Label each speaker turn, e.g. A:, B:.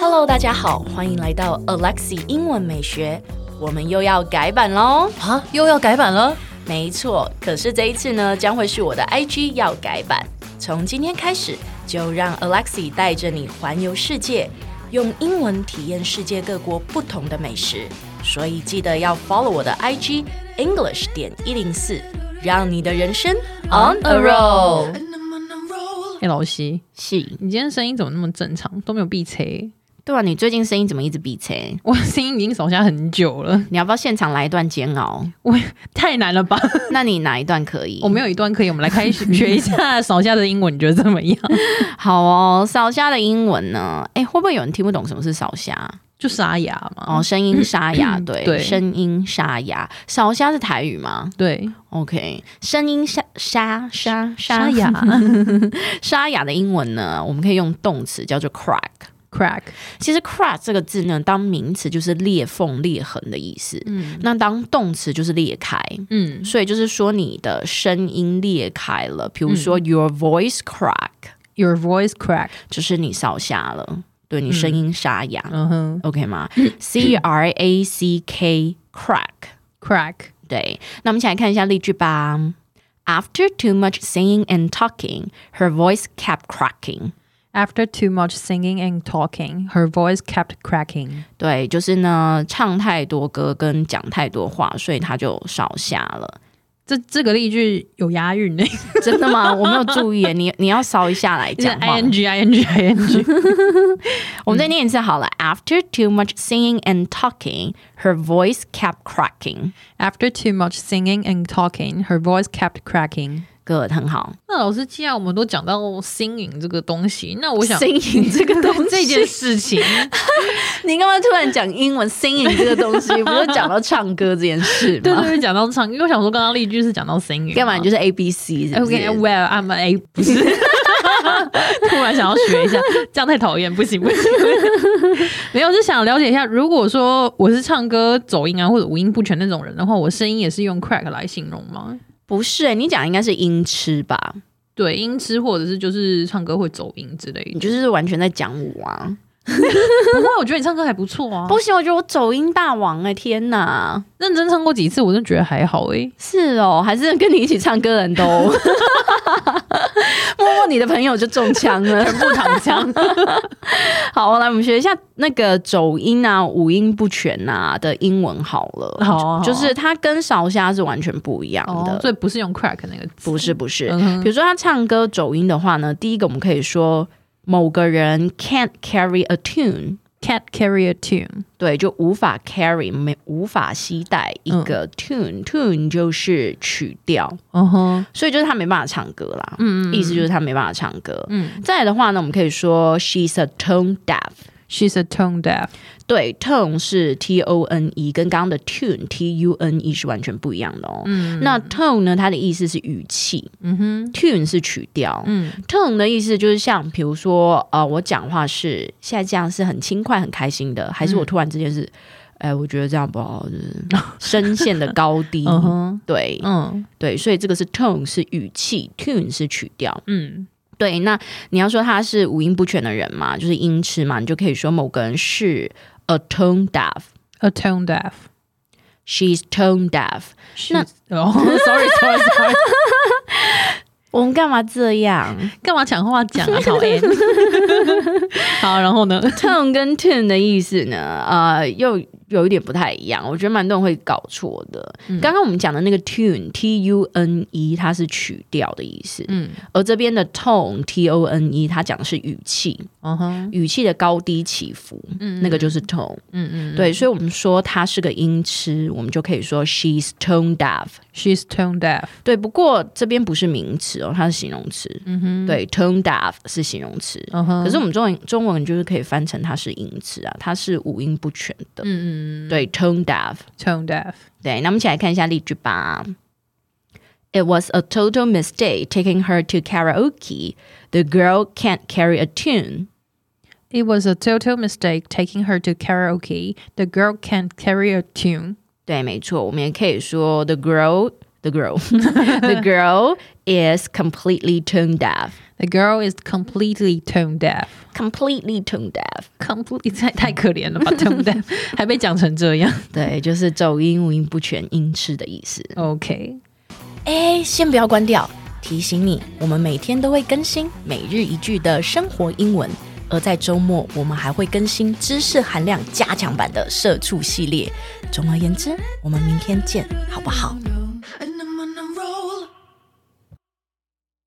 A: Hello，大家好，欢迎来到 Alexi 英文美学，我们又要改版喽。
B: 啊，又要改版了？
A: 没错，可是这一次呢，将会是我的 IG 要改版。从今天开始，就让 Alexi 带着你环游世界，用英文体验世界各国不同的美食。所以记得要 follow 我的 IG English 点一零四，让你的人生 on a roll。
B: 哎、老西，
A: 是，
B: 你今天声音怎么那么正常，都没有闭切？
A: 对啊，你最近声音怎么一直闭塞？
B: 我声音已经手下很久了，
A: 你要不要现场来一段煎熬？
B: 我太难了吧？
A: 那你哪一段可以？
B: 我没有一段可以，我们来开始学一下手下的英文，你觉得怎么样？
A: 好哦，扫虾的英文呢？哎，会不会有人听不懂什么是扫虾？
B: 就沙哑嘛。
A: 哦，声音沙哑，对，
B: 嗯对
A: 声音沙哑。扫虾是台语吗
B: 对，
A: ？OK，声音沙沙沙
B: 沙哑
A: 沙哑的英文呢，我们可以用动词叫做 crack。
B: ，crack，
A: 其实 crack 这个字呢，当名词就是裂缝、裂痕的意思。
B: 嗯
A: 那当动词就是裂开，
B: 嗯
A: 所以就是说你的声音裂开了，比如
B: 嗯
A: 说、your voice crack，
B: ，your voice crack，
A: 就是你烧瞎了，对你声音沙哑。
B: 嗯哼
A: OK 吗？C R A C K crack。
B: ，crack，
A: 对，那我们一起来看一下例句吧。After too much singing and talking, her voice kept cracking。
B: After too much singing and talking, her voice kept cracking.
A: 对，就是呢，唱太多歌跟讲太多话，所以她就少下了。
B: 这这个例句有押韵呢、
A: 真的吗？我没有注意，你你要稍一下来
B: 是
A: 讲 话。
B: ing ing ing。
A: 我们再念一次好了。After too much singing and talking, her voice kept cracking。
B: After too much singing and talking, her voice kept cracking.
A: 歌很好。
B: 那老师，既然我们都讲到新颖这个东西，那我想
A: singing 这个 东西，
B: 这件事情，
A: 你干嘛突然讲英文 singing 这个东西？不是讲到唱歌这件事
B: 对
A: 吗？
B: 对对，讲到唱，因为我想说刚刚例句是讲到 singing，
A: 干嘛？你就是 A B C 是不是
B: OK, well, I'm a A，不是，突然想要学一下，这样太讨厌，不行 不行。没有，是想了解一下，如果说我是唱歌走音啊或者五音不全那种人的话，我声音也是用 crack 来形容吗？
A: 不是、欸，你讲应该是音痴吧？
B: 对，音痴或者是就是唱歌会走音之类
A: 你
B: 的。
A: 就是完全在讲我啊！
B: 不过我觉得你唱歌还不错啊，
A: 不行，我觉得我走音大王哎、天哪！
B: 认真唱过几次，我真的觉得还好诶、
A: 是哦，还是跟你一起唱歌的 人都， 默默你的朋友就中枪了。
B: 全部躺 枪。
A: 好，来我们学一下那个走音啊、五音不全啊的英文好了，
B: 好啊，
A: 就
B: 好
A: 是它跟勺虾是完全不一样
B: 啊
A: 的。
B: 哦，所以不是用 crack 那个字，
A: 不是不是，
B: 嗯哼
A: 比如说他唱歌走音的话呢，第一个我们可以说某个人 can't carry a tune，
B: can't carry a tune。
A: 对，就无法 carry 没无法携带一个 tune，tune、就是曲调，
B: 嗯哼，
A: 所以就是他没办法唱歌啦。嗯意思就是他没办法唱歌。
B: 嗯
A: 再来的话呢，我们可以说 she's a tone deaf。
B: ，she's a tone deaf。
A: 对，tone 是 t o n e，跟刚刚的 tune t u n e 是完全不一样的哦。嗯，那 tone 呢，它的意思是语气，
B: 嗯哼，
A: tune 是曲调，
B: 嗯
A: tone 的意思就是像，比如说，呃，我讲话是现在这样是很轻快、很开心的，还是
B: 嗯
A: 我突然之间是，哎、我觉得这样不好，就是 声线的高低，
B: 嗯哼，
A: 对
B: 嗯
A: 对，所以这个是 tone 是语气，tune 是曲调。
B: 嗯
A: 对，那你要说他是五音不全的人嘛，就是音痴嘛，你就可以说某个人是 a tone deaf，she's
B: ，a tone deaf。
A: tone deaf。
B: 那 哦 Oh,，sorry sorry sorry，
A: 我们干嘛这样？
B: 干嘛抢话讲啊，讨厌。 好，然后呢？
A: tone 跟 tune 的意思呢，呃，又有一点不太一样，我觉得蛮多人会搞错的。刚刚我们讲的那个 tune，t u n e，它是曲调的意思，
B: 嗯
A: 而这边的 tone，t o n e，它讲的是语气，
B: 嗯哼，
A: 语气的高低起伏，那个就是 tone。
B: 嗯嗯
A: 对，所以我们说它是个音痴，我们就可以说 she's tone deaf。
B: ，she's tone deaf。
A: 对，不过这边不是名词哦，它是形容词。嗯
B: Mm-hmm.
A: 哼，对，tone deaf 是形容词。
B: 嗯哼，
A: 可是我们中文中文就是可以翻成它是音痴啊，它是五音不全的。
B: 嗯嗯
A: 对，tone deaf。
B: ，tone deaf。
A: 对，那我们一起来看一下例句吧。It was a total mistake taking her to karaoke. The girl can't carry a tune.
B: It was a total mistake taking her to karaoke. The girl can't carry a tune.
A: 对，没错，我们也可以说 the girl
C: the girl. the girl is completely tone deaf.
B: The girl is completely tone deaf.
C: Completely tone deaf.
B: Completely 太太可怜了吧，tone deaf 还被讲成这 样。
C: 对，就是走音、五音不全、音痴的意思。
B: OK，
A: 哎，先不要关掉，提醒你，我们每天都会更新每日一句的生活英文，而在周末我们还会更新知识含量加强版的社畜系列。总而言之，我们明天见，好不好？